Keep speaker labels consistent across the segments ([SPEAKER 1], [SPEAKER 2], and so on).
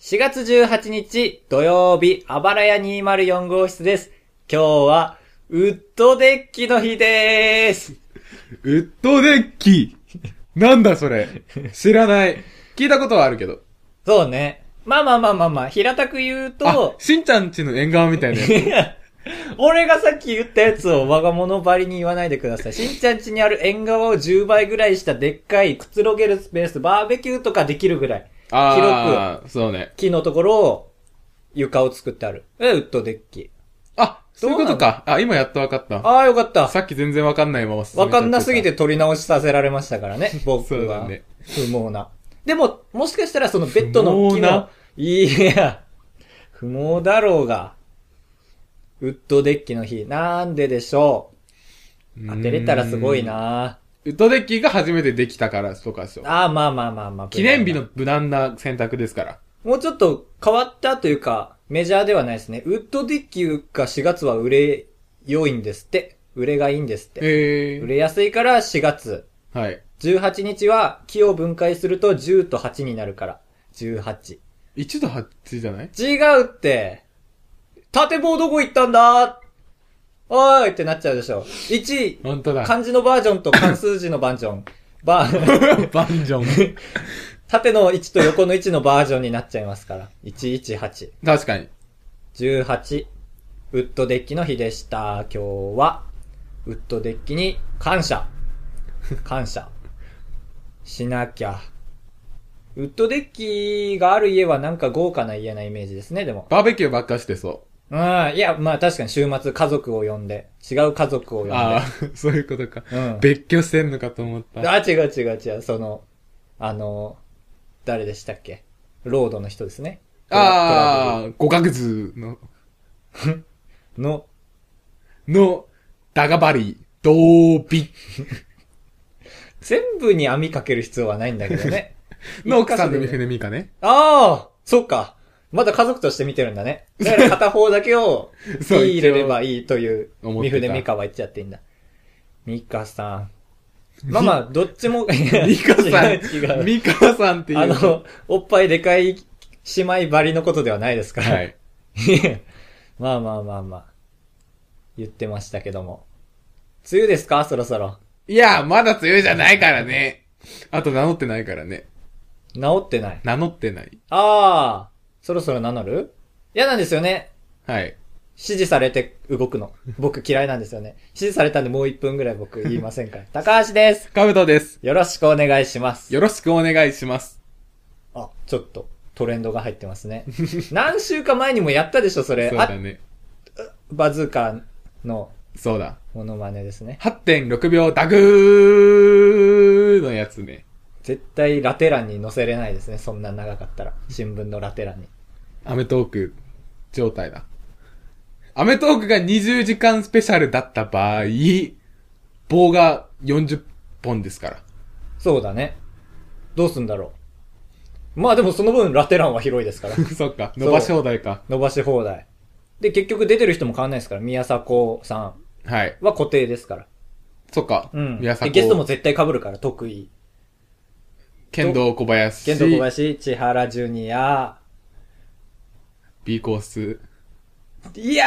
[SPEAKER 1] 4月18日土曜日、あばらや204号室です。今日は、ウッドデッキの日でーす。
[SPEAKER 2] ウッドデッキなんだそれ知らない。聞いたことはあるけど。
[SPEAKER 1] そうね。まあまあまあまあまあ、平たく言う
[SPEAKER 2] あ
[SPEAKER 1] と、、
[SPEAKER 2] しんちゃんちの縁側みた いなやつ。
[SPEAKER 1] いや 俺がさっき言ったやつを我が物ばりに言わないでください。しんちゃん家にある縁側を10倍ぐらいしたでっかいくつろげるスペース、バーベキューとかできるぐらい、
[SPEAKER 2] ああ、そうね。
[SPEAKER 1] 木のところを床を作ってある。え、ウッドデッキ。
[SPEAKER 2] あ、そういうことか。あ、今やっとわかった。
[SPEAKER 1] ああ、よかった。
[SPEAKER 2] さっき全然わかんないまま進め
[SPEAKER 1] わ
[SPEAKER 2] ちゃ
[SPEAKER 1] か
[SPEAKER 2] ってた
[SPEAKER 1] んなすぎて。取り直しさせられましたからね、 僕
[SPEAKER 2] そう
[SPEAKER 1] は
[SPEAKER 2] だ。ね
[SPEAKER 1] 不毛な。でも、もしかしたらそのベッドの木
[SPEAKER 2] 不毛な
[SPEAKER 1] の、いや、不毛だろうが、ウッドデッキの日、なんででしょう。当てれたらすごい。
[SPEAKER 2] うーん
[SPEAKER 1] な
[SPEAKER 2] ウッドデッキが初めてできたからとかでしょ。
[SPEAKER 1] ああ、まあまあまあまあ。
[SPEAKER 2] 記念日の。無難な選択ですから。
[SPEAKER 1] もうちょっと変わったというか、メジャーではないですね。ウッドデッキが4月は売れ良いんですって。売れがいいんですって。
[SPEAKER 2] え
[SPEAKER 1] 売れやすいから4月。
[SPEAKER 2] え。はい。
[SPEAKER 1] 18日は木を分解すると10と8になるから。18。
[SPEAKER 2] 1と8じゃない
[SPEAKER 1] 違うって。縦棒どこ行ったんだおーいってなっちゃうでしょ。1、
[SPEAKER 2] 本当だ。
[SPEAKER 1] 漢字のバージョンと漢数字のバージョン。バー、
[SPEAKER 2] バンジョン。
[SPEAKER 1] 縦の1と横の1のバージョンになっちゃいますから。118。
[SPEAKER 2] 確かに。
[SPEAKER 1] 18。ウッドデッキの日でした。今日は、ウッドデッキに感謝。感謝。しなきゃ。ウッドデッキがある家はなんか豪華な家なイメージですね、でも。
[SPEAKER 2] バーベキューばっかしてそ
[SPEAKER 1] うん、いや、まあ確かに週末家族を呼んで、違う家族を呼ん
[SPEAKER 2] う。
[SPEAKER 1] で。
[SPEAKER 2] ああ、そういうことか。
[SPEAKER 1] うん。
[SPEAKER 2] 別居してんのかと思った。
[SPEAKER 1] あ、違う違う違う、その、あの、誰でしたっけロードの人ですね。
[SPEAKER 2] ああ、五角図の、
[SPEAKER 1] あ。の、
[SPEAKER 2] の、ダガバリ、ドービ
[SPEAKER 1] 全部に網かける必要はないんだけどね。
[SPEAKER 2] の奥さんの
[SPEAKER 1] 一
[SPEAKER 2] 三
[SPEAKER 1] 箇所で
[SPEAKER 2] 船美 香ね。
[SPEAKER 1] ああそっか。まだ家族として見てるんだね。だから片方だけを手
[SPEAKER 2] そう
[SPEAKER 1] 入れればいいという、
[SPEAKER 2] 一応思っ
[SPEAKER 1] 三
[SPEAKER 2] てた
[SPEAKER 1] 船美香は言っちゃっていいんだ。美香さん。まあまあ、どっち も、
[SPEAKER 2] 美
[SPEAKER 1] 美
[SPEAKER 2] 香さん、
[SPEAKER 1] 違う違う。
[SPEAKER 2] 美香さんっていう。
[SPEAKER 1] あの、おっぱいでかい姉妹ばりのことではないですから。
[SPEAKER 2] はい。
[SPEAKER 1] まあまあまあまあ。言ってましたけども。梅雨ですかそろそろ。
[SPEAKER 2] いや、まだ強いじゃないからね。あと名乗ってないからね。
[SPEAKER 1] 治ってない。
[SPEAKER 2] 名乗ってない。
[SPEAKER 1] ああ、そろそろ名乗る嫌なんですよね。
[SPEAKER 2] はい。
[SPEAKER 1] 指示されて動くの。僕嫌いなんですよね。指示されたんでもう1分ぐらい僕言いません から。高橋です。
[SPEAKER 2] カブトです。
[SPEAKER 1] よろしくお願いします。
[SPEAKER 2] よろしくお願いします。
[SPEAKER 1] あ、ちょっとトレンドが入ってますね。何週か前にもやったでしょ、それ。
[SPEAKER 2] そう
[SPEAKER 1] あ
[SPEAKER 2] だね。
[SPEAKER 1] バズーカの
[SPEAKER 2] そうだ。
[SPEAKER 1] モノマネですね。
[SPEAKER 2] 8.6秒ダグーのやつね。
[SPEAKER 1] 絶対ラテ欄に載せれないですね。そんな長かったら。新聞のラテ欄に。
[SPEAKER 2] アメトーク状態だ。アメトークが20時間スペシャルだった場合、棒が40本ですから。
[SPEAKER 1] そうだね。どうすんだろう。まあでもその分ラテ欄は広いですから。
[SPEAKER 2] そっか、伸ばし放題か。
[SPEAKER 1] 伸ばし放題。で、結局出てる人も変わんないですから。宮迫さ
[SPEAKER 2] はい。
[SPEAKER 1] んは固定ですから。
[SPEAKER 2] そっか、
[SPEAKER 1] うん。
[SPEAKER 2] 宮迫
[SPEAKER 1] でゲストも絶対被るから、得意。
[SPEAKER 2] 剣道小林。
[SPEAKER 1] 剣道小林、千原ジュニア。
[SPEAKER 2] B コース。
[SPEAKER 1] いや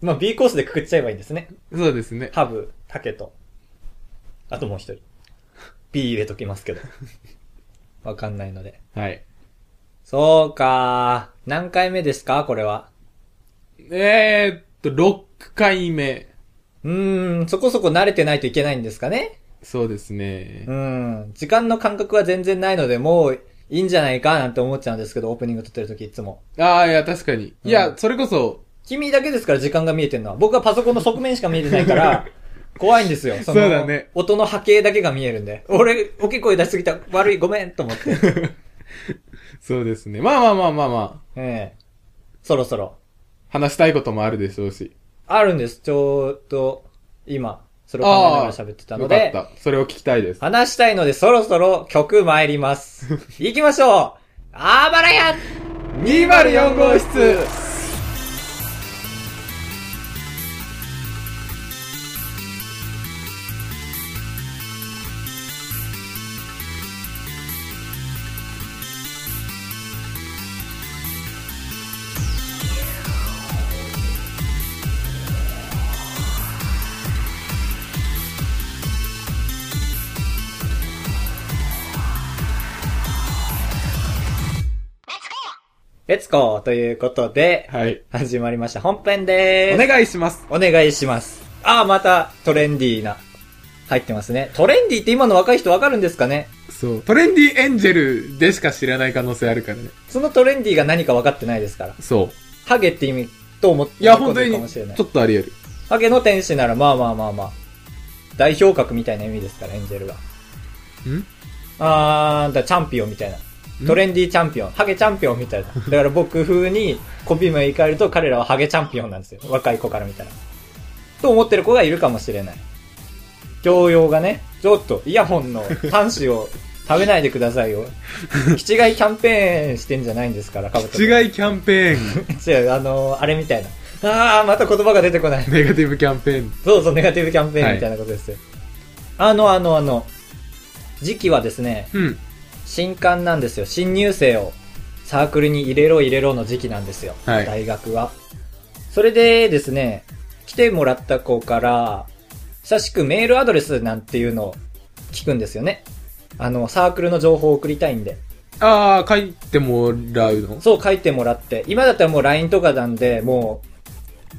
[SPEAKER 1] まあ B コースでくくっちゃえばいいんですね。
[SPEAKER 2] そうですね。
[SPEAKER 1] ハブ、タケと。あともう一人。B 入れときます けど。わかんないので。
[SPEAKER 2] はい。
[SPEAKER 1] そうかー。何回目ですかこれは。
[SPEAKER 2] えーっと、6回目。
[SPEAKER 1] うーん、そこそこ慣れてないといけないんですかね
[SPEAKER 2] そうですね
[SPEAKER 1] う。ーん。時間の感覚は全然ないので、もういいんじゃないかなんて思っちゃうんですけど、オープニング撮ってる時いつも。
[SPEAKER 2] ああ、いや、確かに。いや、
[SPEAKER 1] うん
[SPEAKER 2] それこそ、
[SPEAKER 1] 君だけですから時間が見えてるのは。僕はパソコンの側面しか見えてない から、怖いんですよ。の
[SPEAKER 2] そうだね
[SPEAKER 1] 音の波形だけが見えるんで。俺、大きい声出しすぎた。悪い、ごめんと思って。
[SPEAKER 2] そうですね。まあまあまあまあまあ、
[SPEAKER 1] ええそろそろ。
[SPEAKER 2] 話したいこともあるでしょうし。
[SPEAKER 1] あるんです。ちょうど、今、それを考えながら喋ってたの
[SPEAKER 2] よ
[SPEAKER 1] で。
[SPEAKER 2] かった。それを聞きたいです。
[SPEAKER 1] 話したいのでそろそろ曲参ります。 行きましょうあばらや
[SPEAKER 2] 204号室
[SPEAKER 1] 「レッツゴーということで、
[SPEAKER 2] はい。
[SPEAKER 1] 始まりました。本編で
[SPEAKER 2] お
[SPEAKER 1] ーす。
[SPEAKER 2] 願いします。
[SPEAKER 1] お願いします。ああ、またトレンディーな。入ってますね。トレンディーって今の若い人わかるんですかね
[SPEAKER 2] そう。トレンディエンジェルでしか知らない可能性あるからね。
[SPEAKER 1] そのトレンディーが何か分かってないですから。
[SPEAKER 2] そう。
[SPEAKER 1] ハゲって意味と思って
[SPEAKER 2] いや、
[SPEAKER 1] 喜んで
[SPEAKER 2] 本当
[SPEAKER 1] る
[SPEAKER 2] に、
[SPEAKER 1] かもし
[SPEAKER 2] ち
[SPEAKER 1] れない
[SPEAKER 2] ょ。っとあり得る。
[SPEAKER 1] ハゲの天使ならまあまあまあまあ。代表格みたいな意味ですから、エンジェルが。
[SPEAKER 2] ん
[SPEAKER 1] あー、だからチャンピオンみたいな。トレンディーチャンピオン。ハゲチャンピオンみたいな。だから僕風にコピー名言い換えると彼らはハゲチャンピオンなんですよ。若い子から見たら。と思ってる子がいるかもしれない。教養がね、ちょっとイヤホンの端子を食べないでくださいよ。キチガイキャンペーンしてんじゃないんですから、カブト
[SPEAKER 2] 違いキャンペーン。
[SPEAKER 1] 違う、あのーあれみたいな。あー、また言葉が出てこない。
[SPEAKER 2] ネガティブキャンペーン。
[SPEAKER 1] そうそう、ネガティブキャンペーンみたいなことですよ。あの、あの、あの、時期はですね、
[SPEAKER 2] うん。
[SPEAKER 1] 新刊なんですよ。新入生をサークルに入れろ入れろの時期なんですよ。
[SPEAKER 2] はい
[SPEAKER 1] 大学は。それでですね、来てもらった子から、久しくメールアドレスなんていうのを聞くんですよね。あの、サークルの情報を送りたいんで。
[SPEAKER 2] あー、書いてもらうの
[SPEAKER 1] そう書いてもらって、今だったらもう LINE とかなんで、も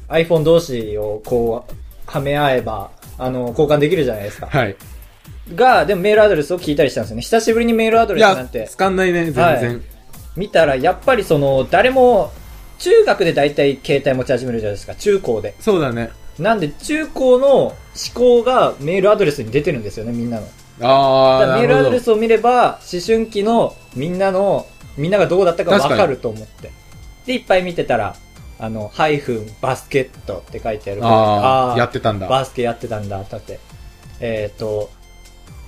[SPEAKER 1] う iPhone 同士をこう、はめ合えば、あの、交換できるじゃないですか。
[SPEAKER 2] はい。
[SPEAKER 1] が、でもメールアドレスを聞いたりしたんですよね。久しぶりにメールアド
[SPEAKER 2] い
[SPEAKER 1] レスなん
[SPEAKER 2] や、
[SPEAKER 1] て
[SPEAKER 2] 使んないね、全
[SPEAKER 1] は
[SPEAKER 2] 然。
[SPEAKER 1] 見たら、やっぱりその、誰も、中学で大体携帯持ち始めるじゃないですか。中高で。
[SPEAKER 2] そうだね。
[SPEAKER 1] なんで、中高の思考がメールアドレスに出てるんですよね、みんなの。
[SPEAKER 2] あ
[SPEAKER 1] だか
[SPEAKER 2] ー、
[SPEAKER 1] ら
[SPEAKER 2] な
[SPEAKER 1] メールアドレ
[SPEAKER 2] るほ
[SPEAKER 1] ス
[SPEAKER 2] ど。
[SPEAKER 1] を見れば、思春期のみんなの、みんながどうだったかわかると思って。で、いっぱい見てたら、あの、ハイフンバスケットって書いてあるから。
[SPEAKER 2] あ
[SPEAKER 1] あ
[SPEAKER 2] ー、
[SPEAKER 1] ー
[SPEAKER 2] やってたんだ。
[SPEAKER 1] バスケやってたんだ、だって。えっ、ー、と、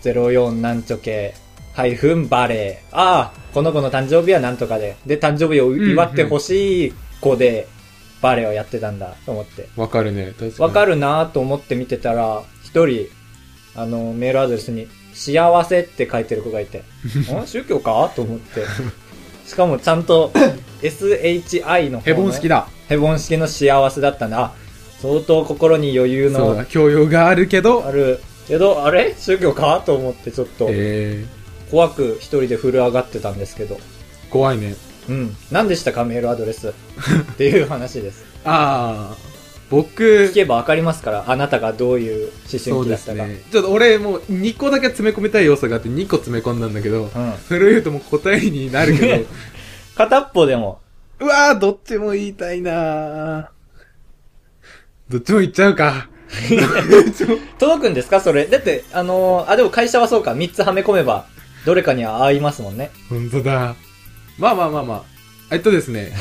[SPEAKER 1] 04なんちょけ、ハイフンバレー。ああ、この子の誕生日はなんとかで。で、誕生日を祝ってほしい子で、バレーをやってたんだ、と思って。
[SPEAKER 2] わかるね、確かに。
[SPEAKER 1] わか
[SPEAKER 2] る。
[SPEAKER 1] るなと思って見てたら、一人、あの、メールアドレスに、幸せって書いてる子がい て、ん宗教かと思って。しかもちゃんと、SHI の方
[SPEAKER 2] ヘ
[SPEAKER 1] の
[SPEAKER 2] ボン式だ。
[SPEAKER 1] ヘボン式の幸せだったんだ。あ相当心に余裕
[SPEAKER 2] そ
[SPEAKER 1] の
[SPEAKER 2] うだ、教養があるけど
[SPEAKER 1] あ、るけど、あれ宗教かと思ってちょっと
[SPEAKER 2] え
[SPEAKER 1] 怖く一人で震え上がってたんですけど。
[SPEAKER 2] ー、怖いね。
[SPEAKER 1] うん。何でしたかメールアドレ ス。っていう話です。
[SPEAKER 2] あー、僕
[SPEAKER 1] 聞、けばわかりますから、あなたがどういう思
[SPEAKER 2] そう
[SPEAKER 1] 春期だ
[SPEAKER 2] で
[SPEAKER 1] った
[SPEAKER 2] す
[SPEAKER 1] か。
[SPEAKER 2] ね。ちょっと俺もう2個だけ詰め込みたい要素があって2個詰め込んだんだけど、
[SPEAKER 1] うん。
[SPEAKER 2] それを言うともう答えになるけど、
[SPEAKER 1] 片っぽでも、
[SPEAKER 2] うわー、どっちも言いたいなーどっちも言っちゃう か。どっちも
[SPEAKER 1] 届くんですかそれ。だって、あのーあ、でも会社はそうか。三つはめ込めば、どれかには合いますもんね。
[SPEAKER 2] 本当だ。まあまあまあまあ。えっとですね、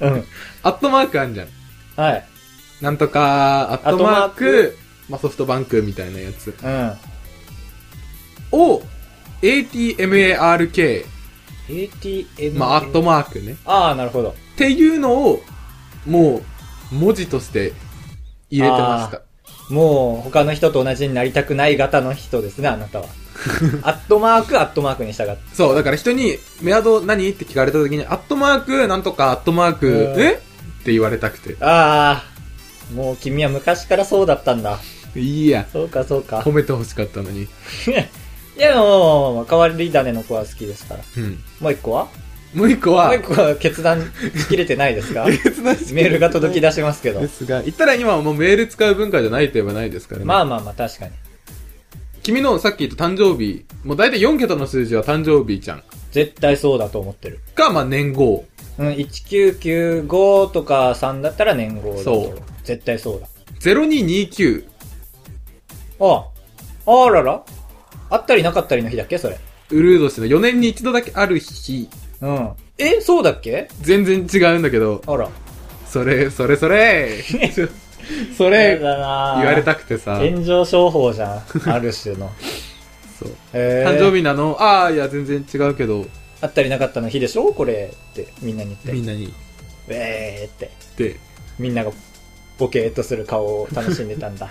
[SPEAKER 1] うん。
[SPEAKER 2] アットマークあんじゃん。
[SPEAKER 1] はい。
[SPEAKER 2] なんとか、アッ
[SPEAKER 1] ア
[SPEAKER 2] トマー
[SPEAKER 1] ットマー
[SPEAKER 2] ク、まあソフトバンクみたいなやつ
[SPEAKER 1] うん。
[SPEAKER 2] を、ATMARK、
[SPEAKER 1] ATM。
[SPEAKER 2] まあアットマークね。
[SPEAKER 1] ああ、なるほど。
[SPEAKER 2] っていうのを、もう、文字として入れてました。
[SPEAKER 1] もう他の人と同じになりたくない型の人ですね、あな たは。アットマーク、アットマークに従って。
[SPEAKER 2] そう、だから人に、メアド何って聞かれた時に、アットマーク、なんとか、アットマーク、
[SPEAKER 1] うん
[SPEAKER 2] えって言われたくて。
[SPEAKER 1] ああ、もう君は昔からそうだったんだ。
[SPEAKER 2] いいや、
[SPEAKER 1] そうか、そうか。
[SPEAKER 2] 褒めて欲しかったのに。
[SPEAKER 1] いや、もう、変わり種の子は好きですから。
[SPEAKER 2] うん。
[SPEAKER 1] もう一個は
[SPEAKER 2] もう一個
[SPEAKER 1] も
[SPEAKER 2] は
[SPEAKER 1] う一、個は決断しきれてない ですか
[SPEAKER 2] 別な
[SPEAKER 1] メールが届き
[SPEAKER 2] だ。
[SPEAKER 1] 出しますけど
[SPEAKER 2] で。すが、言ったら今はもうメール使う文化じゃないと言えばないですからね。
[SPEAKER 1] まあまあまあ、確かに。
[SPEAKER 2] 君のさっき言った誕生日、もう大体4桁の数字は誕生日じゃん。
[SPEAKER 1] 絶対そうだと思ってる。
[SPEAKER 2] か、まあ年号。
[SPEAKER 1] うん、1995とか3だったら年号だと思
[SPEAKER 2] そう
[SPEAKER 1] 絶対そうだ。
[SPEAKER 2] 0229。
[SPEAKER 1] ああ、あららあったりなかったりの日だっけそれ。
[SPEAKER 2] ウルード氏の4年に一度だけある日。
[SPEAKER 1] うん。え、そうだっけ
[SPEAKER 2] 全然違うんだけど、
[SPEAKER 1] あら。
[SPEAKER 2] それ、それそれそれ、
[SPEAKER 1] だな
[SPEAKER 2] 言われたくてさ。
[SPEAKER 1] 炎上商法じゃん。ある種の。
[SPEAKER 2] そう。
[SPEAKER 1] え
[SPEAKER 2] 誕生日なのああ、いや、全然違うけど、
[SPEAKER 1] あったりなかったの日でしょこれってみんなに言
[SPEAKER 2] み
[SPEAKER 1] って。
[SPEAKER 2] んなに。
[SPEAKER 1] えーって。
[SPEAKER 2] で、
[SPEAKER 1] みんながボケーっとする顔を楽しんでたん だ。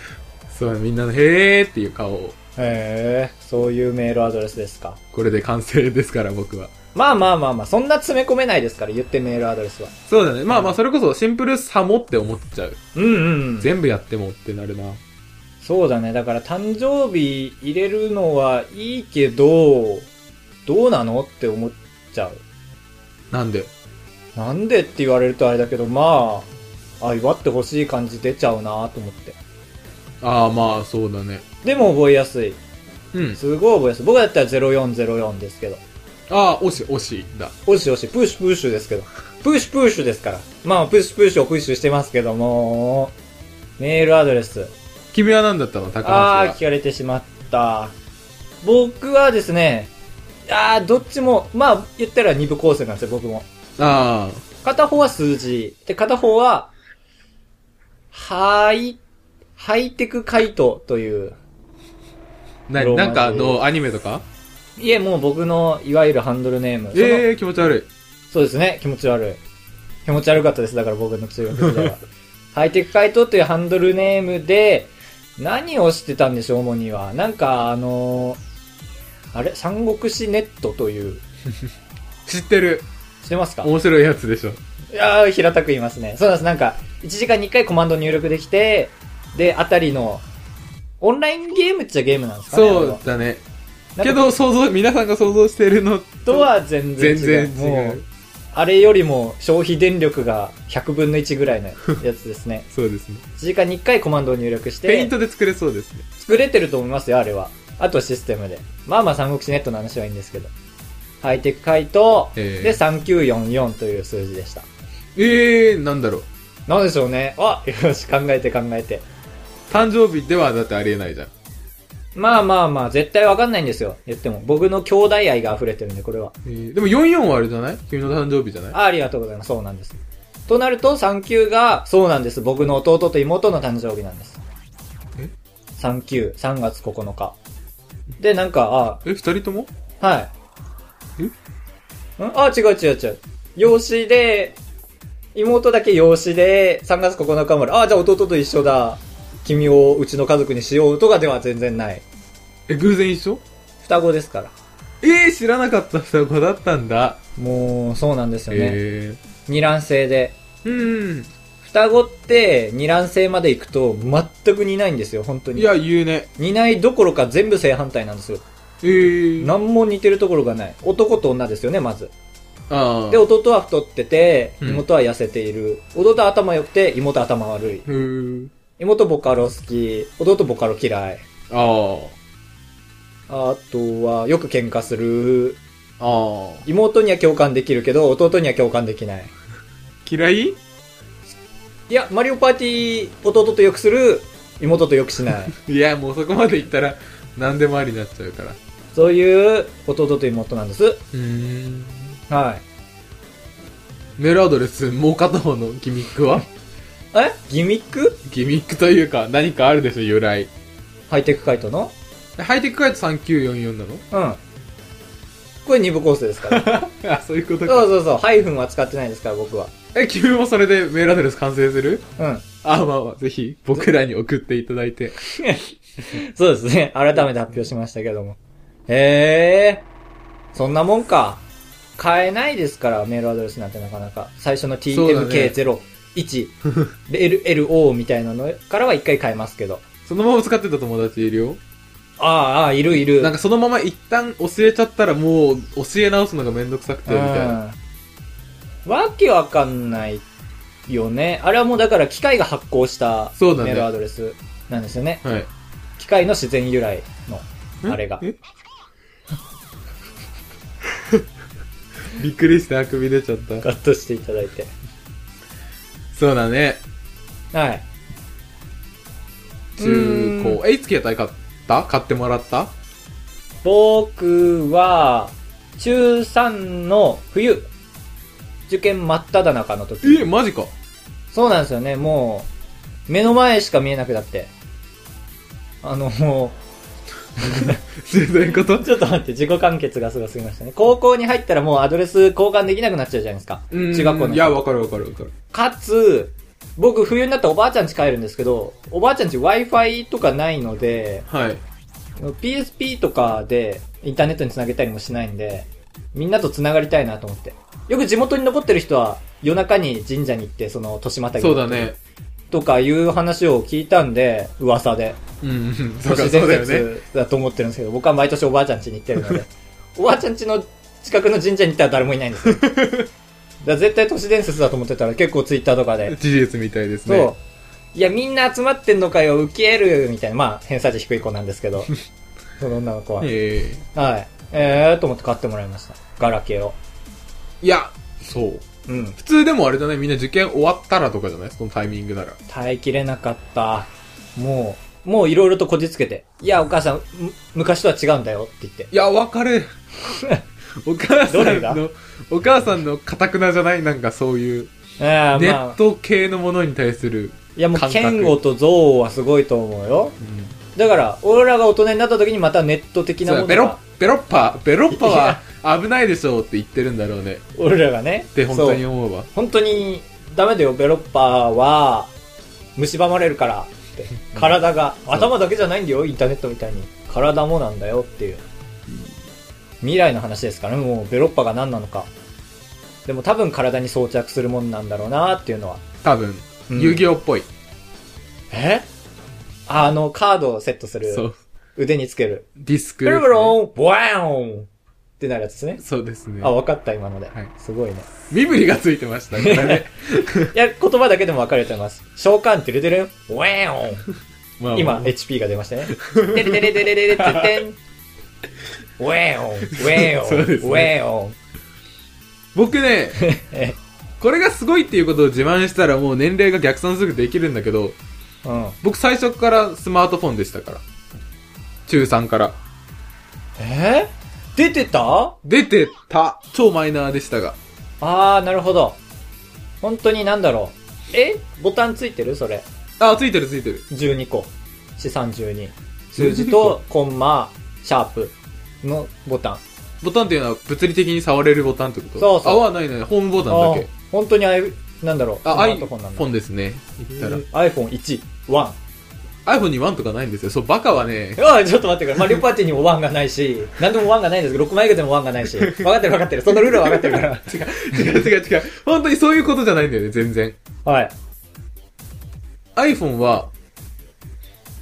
[SPEAKER 2] そう、みんなの、へーっていう顔を、
[SPEAKER 1] へえー、そういうメールアドレスですか。
[SPEAKER 2] これで完成ですから、僕は。
[SPEAKER 1] まあまあまあまあ、そんな詰め込めないですから、言ってメールアドレスは。
[SPEAKER 2] そうだね。まあまあ、それこそシンプルさもって思っちゃう。
[SPEAKER 1] うんうん。
[SPEAKER 2] 全部やってもってなるな。
[SPEAKER 1] そうだね。だから誕生日入れるのはいいけど、どうなのって思っちゃう。
[SPEAKER 2] なんで。
[SPEAKER 1] うなんでって言われるとあれだけど、まあ、あ、祝ってほしい感じ出ちゃうなと思って。
[SPEAKER 2] ああ、まあ、そうだね。
[SPEAKER 1] でも覚えやすい。
[SPEAKER 2] うん。
[SPEAKER 1] すごい覚えやすい。僕だったら0404ですけど。
[SPEAKER 2] ああ、惜しい、惜しい、だ。
[SPEAKER 1] おしおし、プッシュプッシュですけど。プッシュプッシュですから。まあ、プッシュプッシュをプッシュしてますけども、メールアドレス。
[SPEAKER 2] 君は何だったの高橋
[SPEAKER 1] あー、
[SPEAKER 2] は
[SPEAKER 1] 聞。かれてしまった。僕はですね、あー、どっちも、まあ、言ったら二部構成なんですよ、僕も。
[SPEAKER 2] あ
[SPEAKER 1] 片方は数字。で、片方は、ハイ、ハイテク回答という。
[SPEAKER 2] あ、な、
[SPEAKER 1] ローマ字
[SPEAKER 2] なんかあのアニメとか
[SPEAKER 1] いえ、もう僕の、いわゆるハンドルネーム。その
[SPEAKER 2] ええー、気持ち悪
[SPEAKER 1] そうですね、気持ち悪い。気持ち悪かったです、だから僕の中学時 代は。ハイテク回答というハンドルネームで、何をしてたんでしょう、主には。なんか、あのあれ三国志ネットという、
[SPEAKER 2] い。知ってる。
[SPEAKER 1] してますか
[SPEAKER 2] 面白いやつでしょ。
[SPEAKER 1] いやー、平たく言いますね。そうなんです。なんか、1時間に1回コマンド入力できて、で、あたりの、オンラインゲームっちゃゲームなんですかね。
[SPEAKER 2] そうだね。
[SPEAKER 1] あれ
[SPEAKER 2] け
[SPEAKER 1] は、なんか
[SPEAKER 2] ど、想像、皆さんが想像してるの
[SPEAKER 1] とは全然違
[SPEAKER 2] 全
[SPEAKER 1] う。
[SPEAKER 2] 然違う。
[SPEAKER 1] もう、あれよりも消費電力が100分の1ぐらいのやつです ね。
[SPEAKER 2] そうですね。
[SPEAKER 1] 1時間に1回コマンドを入力して、
[SPEAKER 2] ペイントで作れそうですね。
[SPEAKER 1] 作れてると思いますよ、あれは。あとシステムで。まあまあ三国志ネットの話はいいんですけど。ハイテク回答、
[SPEAKER 2] えー
[SPEAKER 1] で3944という数字でした。
[SPEAKER 2] ええー、なんだろう。
[SPEAKER 1] なんでしょうね。あ、よし、考えて考えて。
[SPEAKER 2] 誕生日ではだってありえないじゃん。
[SPEAKER 1] まあまあまあ、絶対わかんないんですよ。言っても。僕の兄弟愛が溢れてるんで、これは。
[SPEAKER 2] えーでも44はあれじゃない君の誕生日じゃない
[SPEAKER 1] あありがとうございます。そうなんです。となると、39が、そうなんです。僕の弟と妹の誕生日なんです。
[SPEAKER 2] え
[SPEAKER 1] ?39、3月9日。で、なんか、
[SPEAKER 2] え、二人とも
[SPEAKER 1] あ、はい。んあ、違う違う違う。養子で、妹だけ養子で、3月9日生まれ。あ、じゃあ弟と一緒だ。君をうちの家族にしようとかでは全然ない。
[SPEAKER 2] え、偶然一緒
[SPEAKER 1] 双子ですから。
[SPEAKER 2] えー、知らなかった双子だったんだ。
[SPEAKER 1] もう、そうなんですよね。
[SPEAKER 2] え
[SPEAKER 1] 二卵性で。
[SPEAKER 2] えー。
[SPEAKER 1] 双子って二卵性まで行くと全く似ないんですよ、本当
[SPEAKER 2] うん。
[SPEAKER 1] に。
[SPEAKER 2] いや、言うね。
[SPEAKER 1] 似ないどころか全部正反対なんですよ。
[SPEAKER 2] えー。
[SPEAKER 1] 何も似てるところがない。男と女ですよね、まず。
[SPEAKER 2] ああ。
[SPEAKER 1] で、弟は太ってて、
[SPEAKER 2] うん
[SPEAKER 1] 妹は痩せている。弟は頭良くて、妹は頭悪い。
[SPEAKER 2] うーん。
[SPEAKER 1] 妹ボカロ好き、弟ボカロ嫌い。
[SPEAKER 2] あ
[SPEAKER 1] あとは、よく喧嘩する。
[SPEAKER 2] あ。ああ。
[SPEAKER 1] 妹には共感できるけど、弟には共感できない。
[SPEAKER 2] 嫌い
[SPEAKER 1] いや、マリオパーティー、弟とよくする、妹とよくし ない。
[SPEAKER 2] いや、もうそこまで行ったら、何でもありになっちゃうから。
[SPEAKER 1] そういう、弟と妹なんです。
[SPEAKER 2] うん。
[SPEAKER 1] はい。
[SPEAKER 2] メールアドレス、もう片方のギミック は
[SPEAKER 1] えギミック
[SPEAKER 2] ギミックというか、何かあるでしょ、由来。
[SPEAKER 1] ハイテク回答の
[SPEAKER 2] ハイテクカイト3944なの
[SPEAKER 1] うん。これ二部構成ですから。
[SPEAKER 2] あ、そういうこ
[SPEAKER 1] そ
[SPEAKER 2] と
[SPEAKER 1] う
[SPEAKER 2] か。
[SPEAKER 1] そうそう。ハイフンは使ってないですから、僕は。
[SPEAKER 2] え、君もそれでメールアドレス完成する
[SPEAKER 1] うん。
[SPEAKER 2] あ、まあまあ、ぜひ、僕らに送っていただいて。
[SPEAKER 1] そうですね。改めて発表しましたけども。へえ。ー。そんなもんか。変えないですから、メールアドレスなんてなかなか。最初の
[SPEAKER 2] そうだね
[SPEAKER 1] tmk01、LLO みたいなのからは一回変えますけど。
[SPEAKER 2] そのまま使ってた友達いるよ。
[SPEAKER 1] ああ、ああ、いるいる。
[SPEAKER 2] なんかそのまま一旦教えちゃったら、もう、教え直すのがめんどくさくて、みたいな。
[SPEAKER 1] うん。わけわかんないよね。あれはもうだから機械が発行したメ
[SPEAKER 2] そうだね
[SPEAKER 1] ールアドレスなんですよね。
[SPEAKER 2] はい。
[SPEAKER 1] 機械の自然由来の、
[SPEAKER 2] ん
[SPEAKER 1] あれが。
[SPEAKER 2] え びっくりしてあくび出ちゃった。
[SPEAKER 1] カットしていただいて。
[SPEAKER 2] そうだね。
[SPEAKER 1] はい。
[SPEAKER 2] 中
[SPEAKER 1] うー
[SPEAKER 2] 高。え、いつ携帯買った買ってもらった
[SPEAKER 1] 僕は、中3の冬、受験真っ只中の
[SPEAKER 2] え、
[SPEAKER 1] 時。
[SPEAKER 2] マジか。
[SPEAKER 1] そうなんですよね、もう、目の前しか見えなくなって。あ の、も
[SPEAKER 2] そういうこと
[SPEAKER 1] う、 ちょっと待って、自己完結がすごすぎましたね。高校に入ったらもうアドレス交換できなくなっちゃうじゃないですか。中学校
[SPEAKER 2] いや、
[SPEAKER 1] の。
[SPEAKER 2] わかるわかるわかる。
[SPEAKER 1] かつ、僕冬になったらおばあちゃん家帰るんですけど、おばあちゃん家 Wi-Fi とかないので、
[SPEAKER 2] はい。
[SPEAKER 1] PSP とかでインターネットに繋げたりもしないんで、みんなと繋がりたいなと思って。よく地元に残ってる人は夜中に神社に行って、その、年またぎ
[SPEAKER 2] そうだね。
[SPEAKER 1] とかいう話を聞いたんで、噂で。
[SPEAKER 2] うんうん、そ
[SPEAKER 1] 都
[SPEAKER 2] うか、
[SPEAKER 1] 市
[SPEAKER 2] そ
[SPEAKER 1] 伝
[SPEAKER 2] うだよね。
[SPEAKER 1] 説だと思ってるんですけど、僕は毎年お ばあちゃん家に行ってるので、おばあちゃん家の近くの神社に行ったら誰もいないんですよ。から絶対都市伝説だと思ってたら結構ツイッターとかで。
[SPEAKER 2] 事実みたいです
[SPEAKER 1] そう。
[SPEAKER 2] ね。
[SPEAKER 1] いや、みんな集まってんのかよ、受けるみたいな。まあ、偏差値低い子なんですけ ど。その女の子は。
[SPEAKER 2] え
[SPEAKER 1] はい。えーと思って買ってもらいました。ガラケーを。
[SPEAKER 2] えいや、そう。
[SPEAKER 1] うん。
[SPEAKER 2] 普通でもあれだね、みんな受験終わったらとかじゃないそのタイミングなら。
[SPEAKER 1] 耐えきれなかった。もう、もういろいろとこじつけて。いや、お母さん、む昔とは違うんだよって言って。
[SPEAKER 2] いや、わ かる。お母さ
[SPEAKER 1] どれ
[SPEAKER 2] ん
[SPEAKER 1] が
[SPEAKER 2] の、お母さんのかたくなじゃないなんかそういう、
[SPEAKER 1] ええ
[SPEAKER 2] ネ
[SPEAKER 1] ま
[SPEAKER 2] ッ
[SPEAKER 1] あ、
[SPEAKER 2] ト系のものに対する、
[SPEAKER 1] いやもう、
[SPEAKER 2] 感覚
[SPEAKER 1] 剣豪と憎悪はすごいと思うよ。
[SPEAKER 2] うん
[SPEAKER 1] だから、俺らが大人になった時にまたネット的な
[SPEAKER 2] そう
[SPEAKER 1] も
[SPEAKER 2] だ
[SPEAKER 1] の
[SPEAKER 2] ベロッ
[SPEAKER 1] が、、
[SPEAKER 2] ベロッパ、ベロッパは危ないでしょうって言ってるんだろうね。
[SPEAKER 1] 俺らがね。
[SPEAKER 2] って本当に
[SPEAKER 1] そう
[SPEAKER 2] 思うわ。
[SPEAKER 1] 本当に、ダメだよ、ベロッパーは、蝕まれるからって。体が、
[SPEAKER 2] う
[SPEAKER 1] 頭だけじゃないんだよ、インターネットみたいに。体もなんだよっていう。未来の話ですからね、もうベロッパが何なのか。でも多分体に装着するもんなんだろうなっていうのは。
[SPEAKER 2] 多分、
[SPEAKER 1] うん
[SPEAKER 2] 遊戯王っぽい。
[SPEAKER 1] えあの、カードをセットす
[SPEAKER 2] そ
[SPEAKER 1] る。
[SPEAKER 2] う。
[SPEAKER 1] 腕につける。
[SPEAKER 2] ディスク
[SPEAKER 1] ブ
[SPEAKER 2] で
[SPEAKER 1] ル
[SPEAKER 2] す
[SPEAKER 1] ブ
[SPEAKER 2] ね、
[SPEAKER 1] ロン、ボワーンってなるやつですね。
[SPEAKER 2] そうですね
[SPEAKER 1] あ、。わかった、今ので。
[SPEAKER 2] はい
[SPEAKER 1] すごいね。
[SPEAKER 2] 身振りがついてま したからね。
[SPEAKER 1] いや、言葉だけでも分かれてます。召喚、てれてれ、ウェーン
[SPEAKER 2] まあま
[SPEAKER 1] 今、
[SPEAKER 2] あ
[SPEAKER 1] HP が出ましたね。てれてれてれれれてってん。ウェーン、ウェー
[SPEAKER 2] そうで
[SPEAKER 1] ン、
[SPEAKER 2] す
[SPEAKER 1] ウ
[SPEAKER 2] ね
[SPEAKER 1] ェーン。
[SPEAKER 2] 僕 ね、これがすごいっていうことを自慢したらもう年齢が逆算すぐできるんだけど、
[SPEAKER 1] うん。
[SPEAKER 2] 僕最初からスマートフォンでしたから。中3から。
[SPEAKER 1] えー出てた
[SPEAKER 2] 出てた。超マイナーでしたが。
[SPEAKER 1] あー、なるほど。本当になんだろう。えボタンついてるそれ。
[SPEAKER 2] あ、ついてるついてる。
[SPEAKER 1] 12個。資産12。数字と、コンマ、シャープのボタン。
[SPEAKER 2] ボタンっていうのは物理的に触れるボタンってこと
[SPEAKER 1] そうそう
[SPEAKER 2] あ、はないない。ホームボタンだ
[SPEAKER 1] あ
[SPEAKER 2] け
[SPEAKER 1] ー。本当にああいう、なんだろう。
[SPEAKER 2] あ、
[SPEAKER 1] スマートフォンなんだ
[SPEAKER 2] iPhone ですね。言ったら。
[SPEAKER 1] iPhone1、1。
[SPEAKER 2] iPhone に1とかないんですよ。そう、バカはね、
[SPEAKER 1] あちょっと待ってください。まあ、リュパティにもワンがないし、なんでもワンがないんですけど、6枚以外でもワンがないし、分かってる分かってる。そのルールは分かってるか
[SPEAKER 2] 違う、違う、違う、違う。本当にそういうことじゃないんだよね、全然。
[SPEAKER 1] ら。はい。
[SPEAKER 2] iPhone は、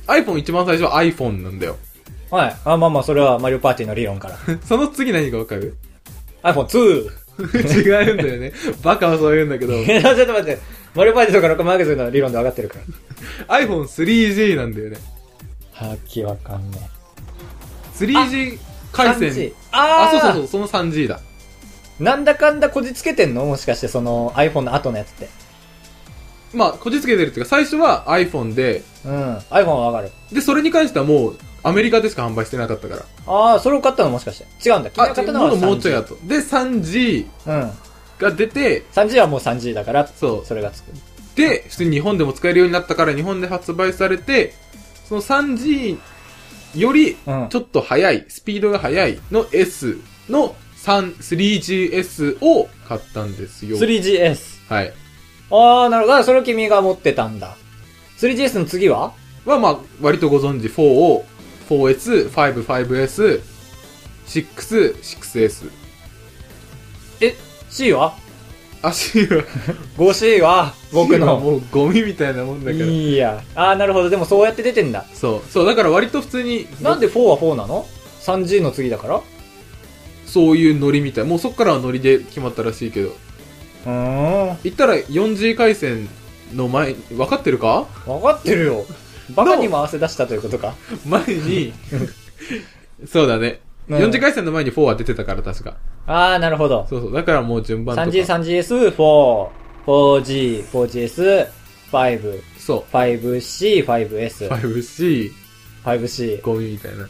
[SPEAKER 2] iPhone 一番最初は iPhone なんだよ。
[SPEAKER 1] はい。あ、まあまあ、それはマリオパーティーの理論から。
[SPEAKER 2] その次何かわ かる
[SPEAKER 1] iPhone2!
[SPEAKER 2] 違うんだよね。バカはそう言うんだけど、
[SPEAKER 1] えちょっと待って。マリオパーティーとか6枚以外の理論で分かってるから。
[SPEAKER 2] iPhone3G なんだよね。
[SPEAKER 1] はっきり分かんね
[SPEAKER 2] 3G 回線
[SPEAKER 1] 3G。あ
[SPEAKER 2] あ、そう
[SPEAKER 1] あ
[SPEAKER 2] そう
[SPEAKER 1] そう
[SPEAKER 2] そう、その 3G だ。
[SPEAKER 1] そう。なんだかんだこじつけてんのもしかして、その iPhone の後のやつって。
[SPEAKER 2] まあ、こじつけてるっていうか、最初は iPhone で、
[SPEAKER 1] うん。iPhone は分かる。
[SPEAKER 2] で、それに関してはもう、アメリカでしか販売してなかったから。
[SPEAKER 1] ああ、それを買ったのもしかして。違うんだ。
[SPEAKER 2] あ、
[SPEAKER 1] 昨日買ったの
[SPEAKER 2] も
[SPEAKER 1] は
[SPEAKER 2] うもうちょい
[SPEAKER 1] 3G。
[SPEAKER 2] 後。で、3G
[SPEAKER 1] うん。
[SPEAKER 2] が出て、
[SPEAKER 1] 3G はもう 3G だから、
[SPEAKER 2] そう
[SPEAKER 1] それがつく。
[SPEAKER 2] で、普通に日本でも使えるようになったから日本で発売されて、その 3G より
[SPEAKER 1] うん
[SPEAKER 2] ちょっと速い、スピードが速いの S の3 3GS を買ったんですよ。
[SPEAKER 1] 3GS。
[SPEAKER 2] はい。
[SPEAKER 1] ああ、なるほど。あそれを君が持ってたんだ。3GS の次は
[SPEAKER 2] は、まあ、割とご存知、4を、4S、5、5S、6、6S。
[SPEAKER 1] え、C は
[SPEAKER 2] 足は、
[SPEAKER 1] ?5C は僕
[SPEAKER 2] 足は
[SPEAKER 1] の。
[SPEAKER 2] もうゴミみたいなもんだから。
[SPEAKER 1] いいや。ああ、なるほど。でもそうやって出てんだ。
[SPEAKER 2] そう。そう、だから割と普通に、
[SPEAKER 1] なんで4は4なの ?3G の次だからう
[SPEAKER 2] そういうノリみたい。もうそっからはノリで決まったらしいけど。
[SPEAKER 1] ーん。
[SPEAKER 2] 言ったら 4G 回線の前に、分かって るか
[SPEAKER 1] わかってるよ。バカにも合わせ出したということか。
[SPEAKER 2] 前に、そうだね。
[SPEAKER 1] うん
[SPEAKER 2] 4G 回線の前に4は出てたから確か。
[SPEAKER 1] ああ、なるほど。
[SPEAKER 2] そうそう。だからもう順番とか。
[SPEAKER 1] 3G、3GS、4、4G、4GS、5、
[SPEAKER 2] そ
[SPEAKER 1] 5C、
[SPEAKER 2] う。
[SPEAKER 1] 5S、
[SPEAKER 2] 5C、
[SPEAKER 1] 5C。
[SPEAKER 2] ゴミみたいな。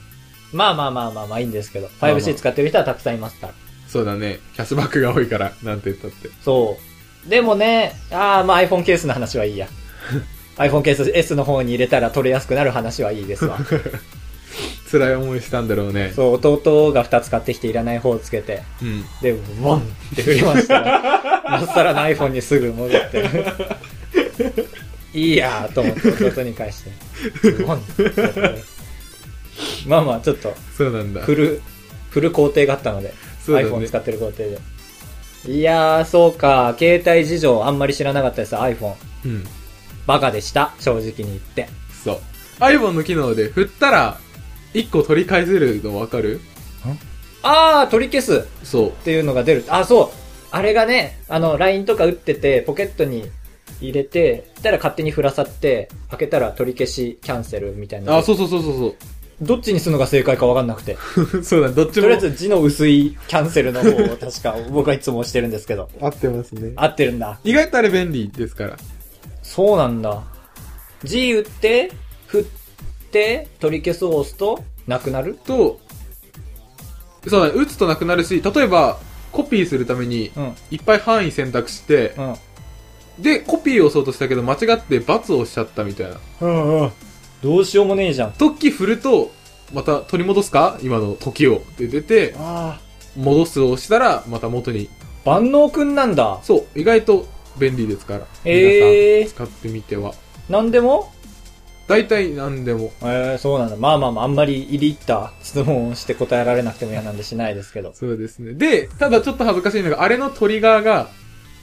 [SPEAKER 1] まあまあまあまあまあいいんですけど、
[SPEAKER 2] まあまあ
[SPEAKER 1] 5C 使ってる人はたくさんいますから。
[SPEAKER 2] そうだね。キャッシュバックが多いから、なんて言ったって。
[SPEAKER 1] そう。でもね、ああ、まあ iPhone ケースの話はいい や。iPhone ケース S の方に入れたら取れやすくなる話はいいです わ。
[SPEAKER 2] 辛い思いしたんだろうね。
[SPEAKER 1] そう、弟が2つ買ってきていらない方をつけて、
[SPEAKER 2] うん。
[SPEAKER 1] で、ワンって振りました ら、まっさらの iPhone にすぐ戻って。いいやーと思って弟に返して。ワンってまあまあ、ちょっと、
[SPEAKER 2] そうなんだ。
[SPEAKER 1] フル、フル工程があったので、
[SPEAKER 2] そうだね
[SPEAKER 1] iPhone 使ってる工程で。いやー、そうか、携帯事情あんまり知らなかったです、iPhone。
[SPEAKER 2] うん。
[SPEAKER 1] バカでした、正直に言って。
[SPEAKER 2] そう。iPhone の機能で振ったら、1個取り返せるの分かる
[SPEAKER 1] あー、取り消す
[SPEAKER 2] そう。
[SPEAKER 1] っていうのが出る。あ、そうあれがね、あの、LINE とか打ってて、ポケットに入れて、したら勝手に振らさって、開けたら取り消し、キャンセルみたいな。
[SPEAKER 2] あ、そうそうそうそう
[SPEAKER 1] どっちにするのが正解かわかんなくて。
[SPEAKER 2] そう。 そうだ、どっち
[SPEAKER 1] と
[SPEAKER 2] も
[SPEAKER 1] りあえず字の薄いキャンセルの方 を確か僕はいつも押してるんですけど。
[SPEAKER 2] 合ってますね。
[SPEAKER 1] 合ってるんだ。
[SPEAKER 2] 意外とあれ便利ですから。
[SPEAKER 1] そうなんだ。字打って、振って、取り消すを押すと、なくなる
[SPEAKER 2] と、そうだね、打つとなくなるし、例えば、コピーするために、
[SPEAKER 1] うん。
[SPEAKER 2] いっぱい範囲選択して、
[SPEAKER 1] うん。
[SPEAKER 2] で、コピーを押そうとしたけど、間違って×を押しちゃったみたいな。
[SPEAKER 1] うんうん。どうしようもねえじゃん。
[SPEAKER 2] 時振ると、また取り戻すか今の時を。って出て、
[SPEAKER 1] ああ。
[SPEAKER 2] 戻すを押したら、また元に。
[SPEAKER 1] 万能くんなんだ。
[SPEAKER 2] そう、意外と便利ですから。
[SPEAKER 1] へー
[SPEAKER 2] 皆さん、使ってみては。
[SPEAKER 1] なんでも
[SPEAKER 2] 大体何でも。
[SPEAKER 1] えー、そうなんだ。まあまあまあ、あんまり入り入った質問をして答えられなくても嫌なんでしないですけど。
[SPEAKER 2] そうですね。で、ただちょっと恥ずかしいのが、あれのトリガーが、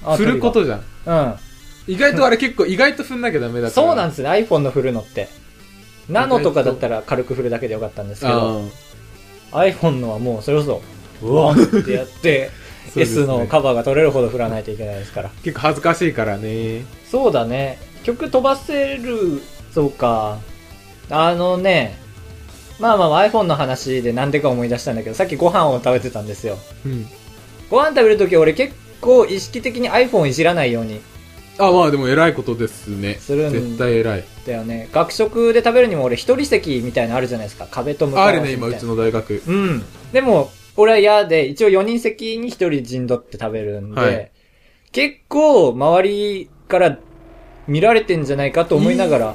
[SPEAKER 1] あ
[SPEAKER 2] 振るこ。
[SPEAKER 1] 鳥
[SPEAKER 2] とじゃん。
[SPEAKER 1] が
[SPEAKER 2] 意外とあれ結構、意外と振んなきゃダ
[SPEAKER 1] う
[SPEAKER 2] メ
[SPEAKER 1] ん。
[SPEAKER 2] だから。
[SPEAKER 1] そうなんで
[SPEAKER 2] で
[SPEAKER 1] すね。iPhone の振るのって。ナノとかだったら軽く振るだけでよかったんですけど、iPhone のはもうそれこそ、うわーってやって、
[SPEAKER 2] そうですね
[SPEAKER 1] S のカバーが取れるほど振らないといけないですから。
[SPEAKER 2] 結構恥ずかしいからね。
[SPEAKER 1] そうだね。曲飛ばせる、そうか。あのね、まあまあ iPhone の話でなんでか思い出したんだけど、さっきご飯を食べてたんですよ。
[SPEAKER 2] うん。
[SPEAKER 1] ご飯食べるとき俺結構意識的に iPhone いじらないように
[SPEAKER 2] あ、まあでも偉いことですね。
[SPEAKER 1] するん
[SPEAKER 2] 絶対偉い。
[SPEAKER 1] だよね学食で食べるにも俺一人席みたいなのあるじゃないですか壁と向かい
[SPEAKER 2] あ
[SPEAKER 1] 合
[SPEAKER 2] る
[SPEAKER 1] わ
[SPEAKER 2] ね、
[SPEAKER 1] せみた
[SPEAKER 2] 今、
[SPEAKER 1] いうな
[SPEAKER 2] ちの大学。
[SPEAKER 1] うんでも俺は嫌で一応4人席に一人陣取って食べるんで、
[SPEAKER 2] はい
[SPEAKER 1] 結構周りから見られてんじゃないかと思いながら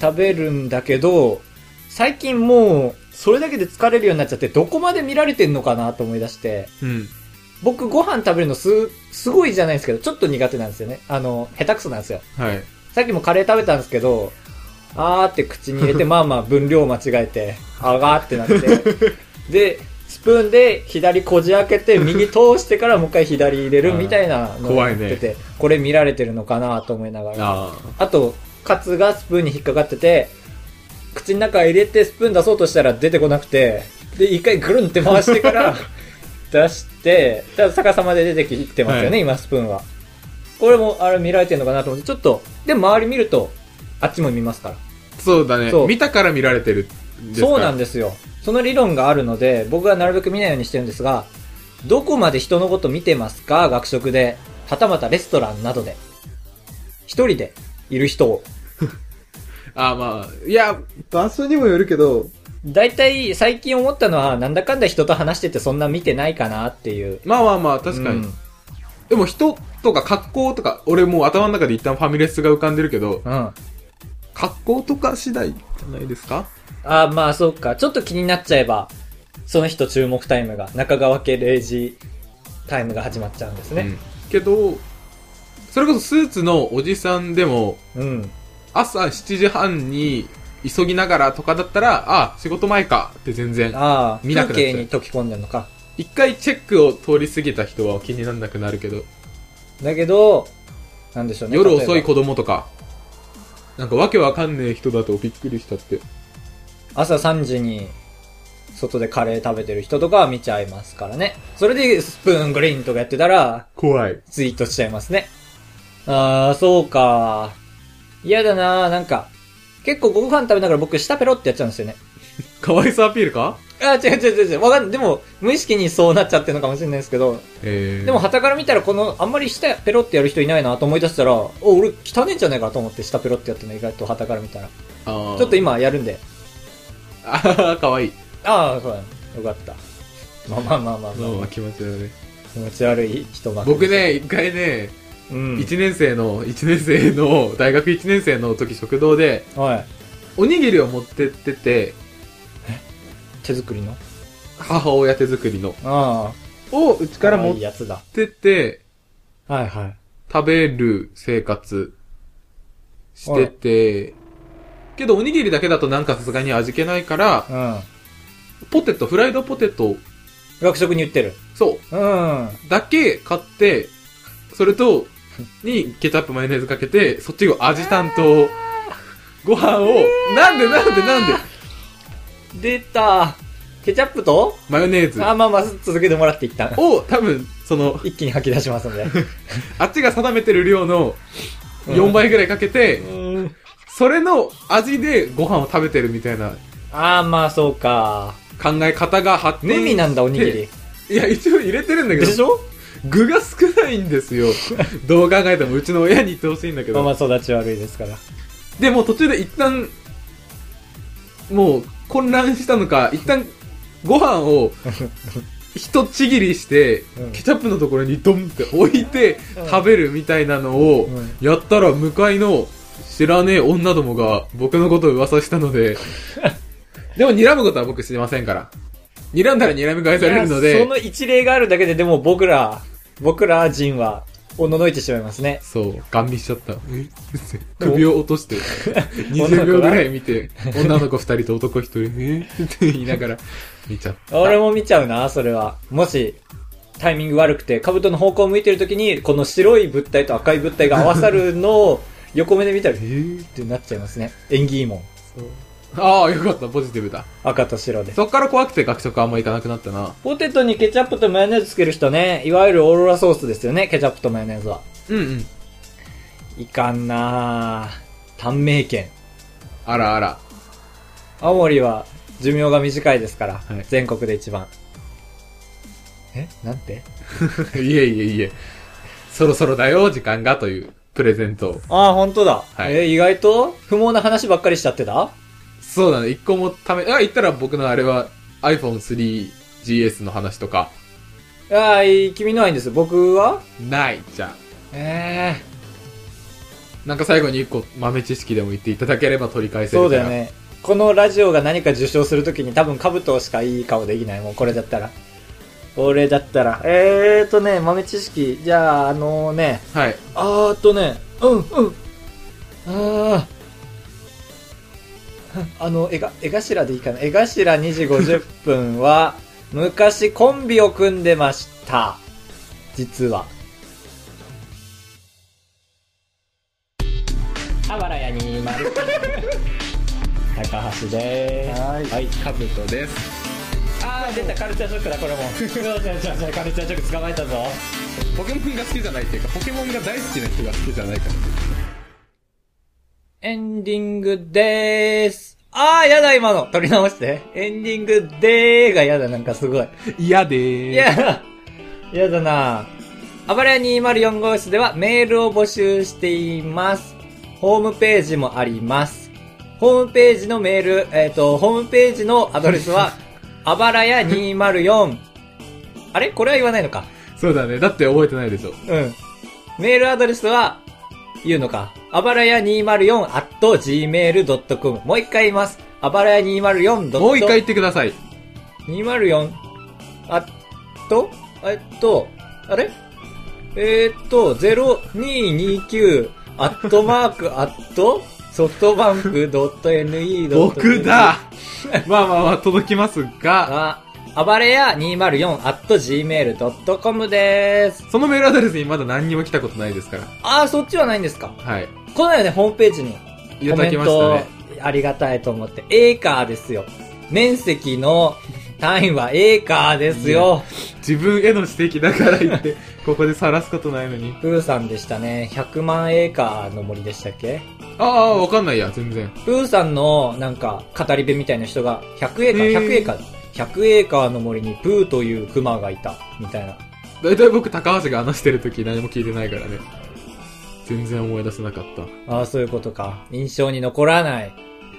[SPEAKER 1] 食べるんだけど最近もうそれだけで疲れるようになっちゃってどこまで見られてんのかなと思い出して
[SPEAKER 2] うん。
[SPEAKER 1] 僕ご飯食べるのすすごいじゃないですけどちょっと苦手なんですよねあの下手くそなんですよ
[SPEAKER 2] はい。
[SPEAKER 1] さっきもカレー食べたんですけど、あーって口に入れて、 まあまあ分量間違えて、あがーってな って、で、スプーンで左こじ開けて、右通してからもう一回左入れるみたいなのを
[SPEAKER 2] 怖
[SPEAKER 1] や
[SPEAKER 2] い
[SPEAKER 1] っ
[SPEAKER 2] ね
[SPEAKER 1] て て、これ見られてるのかなと思いながら。
[SPEAKER 2] あ
[SPEAKER 1] あと、カツがスプーンに引っかかってて、口の中入れてスプーン出そうとしたら出てこなくて、で、一回ぐるんって回して から、出して、だから逆さまで出てきてますよね、
[SPEAKER 2] はい
[SPEAKER 1] 今スプーンは。これも、あれ見られてるのかなと思って、ちょっと、でも周り見ると、あっちも見ますから。
[SPEAKER 2] あ。そうだね
[SPEAKER 1] そう。
[SPEAKER 2] 見たから見られてるんですから。
[SPEAKER 1] そうなんですよ。その理論があるので、僕はなるべく見ないようにしてるんですが、どこまで人のこと見てますか学食で。はたまたレストランなどで。一人でいる人を。
[SPEAKER 2] あ、まあ。いや、
[SPEAKER 3] 場所にもよるけど、
[SPEAKER 1] 大体最近思ったのは、なんだかんだ人と話しててそんな見てないかなっていう。
[SPEAKER 2] まあまあまあ、確かに。
[SPEAKER 1] うん。
[SPEAKER 2] でも人とか格好とか、俺もう頭の中で一旦ファミレスが浮かんでるけど、
[SPEAKER 1] うん。
[SPEAKER 2] 格好とか次第じゃないですか
[SPEAKER 1] あーまあそうか。ちょっと気になっちゃえば、その人注目タイムが、中川家0時タイムが始まっちゃうんですね。
[SPEAKER 2] うんけど、それこそスーツのおじさんでも、
[SPEAKER 1] うん。
[SPEAKER 2] 朝7時半に急ぎながらとかだったら、あ、仕事前かって全然。
[SPEAKER 1] ああ、
[SPEAKER 2] 見なくな
[SPEAKER 1] 風
[SPEAKER 2] っちゃう
[SPEAKER 1] 景に溶け込んでるのか。
[SPEAKER 2] 一回チェックを通り過ぎた人は気にならなくなるけど、
[SPEAKER 1] だけど、なんでしょうね。
[SPEAKER 2] 夜
[SPEAKER 1] 例えば
[SPEAKER 2] 遅い子供とか、なんかわけわかんねえ人だとびっくりしたって。
[SPEAKER 1] 朝3時に、外でカレー食べてる人とかは見ちゃいますからね。それで、スプーングリーンとかやってたら、
[SPEAKER 2] 怖い。
[SPEAKER 1] ツイートしちゃいますね。あー、そうか。嫌だななんか。結構ご飯食べながら僕下ペロってやっちゃうんですよね。
[SPEAKER 2] 可愛さアピールか
[SPEAKER 1] あー、違う違う違う違う。わかんない。でも、無意識にそうなっちゃってるのかもしれないですけど。
[SPEAKER 2] えー、
[SPEAKER 1] でも、旗から見たらこの、あんまり下ペロってやる人いないなと思い出したら、お、俺汚ねえんじゃないかと思って下ペロってやってるの意外と旗から見たら。
[SPEAKER 2] あー
[SPEAKER 1] ちょっと、今やるんで。
[SPEAKER 2] あはは可愛い。
[SPEAKER 1] あー、そうだね。よかった。まあまあまあまあ、
[SPEAKER 2] まあ
[SPEAKER 1] ま
[SPEAKER 2] ま
[SPEAKER 1] あ
[SPEAKER 2] あ、気持ち悪い。
[SPEAKER 1] 気持ち悪い人ばっかり
[SPEAKER 2] 僕、ね、一回ね、
[SPEAKER 1] うん。
[SPEAKER 2] 一年生の、一年生の、大学一年生の時食堂で、
[SPEAKER 1] はい。
[SPEAKER 2] おにぎりを持ってってて、
[SPEAKER 1] 手作りの
[SPEAKER 2] 母親手作りの、
[SPEAKER 1] あ
[SPEAKER 2] をうち
[SPEAKER 1] あ。
[SPEAKER 2] から
[SPEAKER 1] 可愛
[SPEAKER 2] 持っ
[SPEAKER 1] いやつだ。
[SPEAKER 2] てって、
[SPEAKER 1] はいはい。
[SPEAKER 2] 食べる生活してて、けどおにぎりだけだとなんかさすがに味気ないから、
[SPEAKER 1] うん。
[SPEAKER 2] ポテト、フライドポテト、
[SPEAKER 1] 学食に売ってる。
[SPEAKER 2] そ
[SPEAKER 1] うん。
[SPEAKER 2] う、だけ買って、それと、にケチャップマヨネーズかけて、そっちを味担当、ご飯を、なんでなんでなんで、
[SPEAKER 1] 出た。ケチャップと、
[SPEAKER 2] マヨネーズ
[SPEAKER 1] あまあまあ、続けてもらって一旦、
[SPEAKER 2] を多分、その、
[SPEAKER 1] 一気に吐き出しますんで。
[SPEAKER 2] あっちが定めてる量の4倍ぐらいかけて、それの味でご飯を食べてるみたいな
[SPEAKER 1] ああ、まあそうか。
[SPEAKER 2] 考え方が発展
[SPEAKER 1] 無味なんだ、おにぎり。
[SPEAKER 2] いや、一応入れてるんだけ
[SPEAKER 1] で
[SPEAKER 2] ど、
[SPEAKER 1] しょ
[SPEAKER 2] 具が少ないん ですよ。どう考えてもうちの親に言ってほしいんだけ
[SPEAKER 1] まあま
[SPEAKER 2] ど。
[SPEAKER 1] あ育ち悪いですから。
[SPEAKER 2] で、もう途中で一旦、もう混乱したのか、一旦ご 飯を一ちぎりして、
[SPEAKER 1] うん
[SPEAKER 2] ケチャップのところにドンって置いて
[SPEAKER 1] うん
[SPEAKER 2] 食べるみたいなのを
[SPEAKER 1] うん
[SPEAKER 2] やったら向かいの知らねえ女どもが僕のことを噂した ので、でも睨むことは僕してませんから。睨んだら睨み返されるの
[SPEAKER 1] いや
[SPEAKER 2] で
[SPEAKER 1] そ、の一例があるだけで、でも僕ら、僕ら人は、おののいてしまいますね。
[SPEAKER 2] そう、ガン見しちゃった。首を落と して、20秒ぐらい見て、女の子2人と男1人、えって言いながら見ちゃった。
[SPEAKER 1] 俺も見ちゃうな、それは。もし、タイミング悪くて、兜の方向を向いてる時に、この白い物体と赤い物体が合わさるのを、横目で見たら、えーってなっちゃいますね。縁起いいもん。
[SPEAKER 2] ああ、よかった、ポジティブだ。
[SPEAKER 1] 赤と白で。
[SPEAKER 2] そっから怖くて学食あんま行かなくなったな。
[SPEAKER 1] ポテトにケチャップとマヨネーズつける人ね、いわゆるオーロラソースですよね、ケチャップとマヨネーズは。
[SPEAKER 2] うんうん。
[SPEAKER 1] いかんなぁ。短命県。
[SPEAKER 2] あらあら。
[SPEAKER 1] 青森は寿命が短いですから、
[SPEAKER 2] はい
[SPEAKER 1] 全国で一番。えなんて
[SPEAKER 2] いえいえいえ。そろそろだよ、時間がというプレゼントを。
[SPEAKER 1] ああ、本当だ。
[SPEAKER 2] はい
[SPEAKER 1] えー意外と不毛な話ばっかりしちゃってた
[SPEAKER 2] そうだね、一個もため、あ、言ったら僕のあれは iPhone3GS の話とか、
[SPEAKER 1] ああ、いい君のはいいんです。僕は
[SPEAKER 2] ないじゃん。
[SPEAKER 1] ええ
[SPEAKER 2] なんか最後に一個豆知識でも言っていただければ取り返せるか
[SPEAKER 1] そ
[SPEAKER 2] ら。
[SPEAKER 1] うだよね。このラジオが何か受賞するときに多分兜しかいい顔できない。もうこれだったら。俺だったら。えーとね、豆知識。じゃあ、あのね、
[SPEAKER 2] はい。
[SPEAKER 1] あーっとね、うんうん。ああ。 あの、絵が、絵頭でいいかな。絵頭2時50分は、昔コンビを組んでました。実は。あわらやにまる。高橋でーす。
[SPEAKER 3] はい
[SPEAKER 1] はい。
[SPEAKER 2] カブトです。
[SPEAKER 1] あー、出た、カルチャーショックだ、これも。 そうそうそうそうカルチャーショック捕まえたぞ。
[SPEAKER 2] ポケモンが好きじゃないっていうか、ポケモンが大好きな人が好きじゃないから。
[SPEAKER 1] エンディングでーす。あー、やだ、今の。撮り直して。エンディングでーがやだ、なんかすごい。
[SPEAKER 2] 嫌でー
[SPEAKER 1] いや、やだなあばれや204号室ではメールを募集しています。ホームページもあります。ホームページのメール、えっ、と、ホームページのアドレスは、あばらや204。あれこれは言わないのか。
[SPEAKER 2] そうだね。だって覚えてないでしょ。
[SPEAKER 1] うん。メールアドレスは、言うのか。あばらや 204.gmail.com。もう一回言います。あばらや 204.
[SPEAKER 2] もう一回言ってください。
[SPEAKER 1] 204。あっと、えっと、あれえーっと、0229、アットマーク、アット、ソフトバンク .ne.
[SPEAKER 2] 僕だ まあまあまあ、届きますが、
[SPEAKER 1] あ、あばれや 204.gmail.com です。
[SPEAKER 2] そのメールアドレスにまだ何にも来たことないですから。
[SPEAKER 1] あー、そっちはないんですか
[SPEAKER 2] はい。
[SPEAKER 1] このよね、ホームページに。
[SPEAKER 2] い
[SPEAKER 1] コ
[SPEAKER 2] ただ
[SPEAKER 1] メ
[SPEAKER 2] き
[SPEAKER 1] ン
[SPEAKER 2] ました
[SPEAKER 1] ト
[SPEAKER 2] ね。
[SPEAKER 1] ありがたいと思って。エーカーですよ。面積の単位はエーカーですよ。
[SPEAKER 2] 自分への指摘だから言 って、ここで晒すことないのに。
[SPEAKER 1] プーさんでしたね。100万エーカーの森でしたっけ
[SPEAKER 2] ああ、わかんないや、全然。
[SPEAKER 1] プーさんのなんか語り部みたいな人が100エーカ
[SPEAKER 2] へー
[SPEAKER 1] ー、100エーカー、100エーカーの森にプーというクマがいた。みたいな。
[SPEAKER 2] だいたい僕、高橋が話してる時何も聞いてないからね。全然思い出せなかった。
[SPEAKER 1] ああ、そういうことか。印象に残らない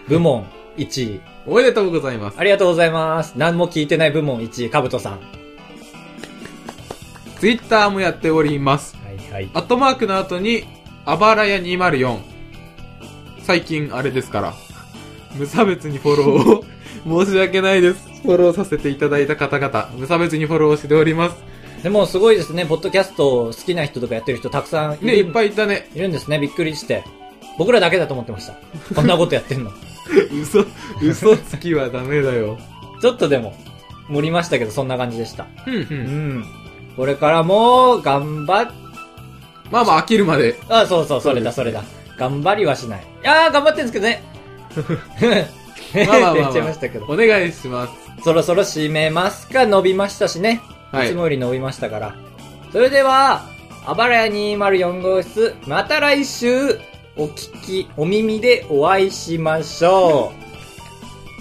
[SPEAKER 1] 部門1位。
[SPEAKER 2] おめでとうございます。
[SPEAKER 1] ありがとうございます。何も聞いてない部門1位、かぶとさん。
[SPEAKER 2] ツイッターもやっております。
[SPEAKER 1] はいはい。
[SPEAKER 2] アットマークの後に、あばらや204。最近、あれですから。無差別にフォローを 申し訳ないです。フォローさせていただいた方々、無差別にフォローしております。
[SPEAKER 1] でもすごいですね、ポッドキャスト好きな人とかやってる人たくさんいる
[SPEAKER 2] ね、いっぱいいたね。
[SPEAKER 1] いるんですね、びっくりして。僕らだけだと思ってました。こんなことやってんの。
[SPEAKER 2] 嘘、嘘つきはダメだよ。
[SPEAKER 1] ちょっとでも、盛りましたけど、そんな感じでした。
[SPEAKER 2] うんう。
[SPEAKER 1] うんん。これからも、頑張っ、
[SPEAKER 2] まあまあ飽きるまで。
[SPEAKER 1] あ、そうそう、それだ、それだ。頑張りはしない。いやー、頑張ってんですけどね。
[SPEAKER 2] まあま
[SPEAKER 1] っ
[SPEAKER 2] あまあまあ
[SPEAKER 1] て言っちゃいましたけど。
[SPEAKER 2] お願いします。
[SPEAKER 1] そろそろ締めますか伸びましたしね。。
[SPEAKER 2] はいい
[SPEAKER 1] つも。より伸びましたから。それでは、あばらや204号室、また来週、お聞き、お耳でお会いしましょ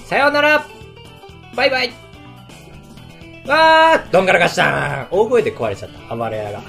[SPEAKER 1] う。さようならバイバイわーどんがらがしたーん大声で壊れちゃった、あばらやが。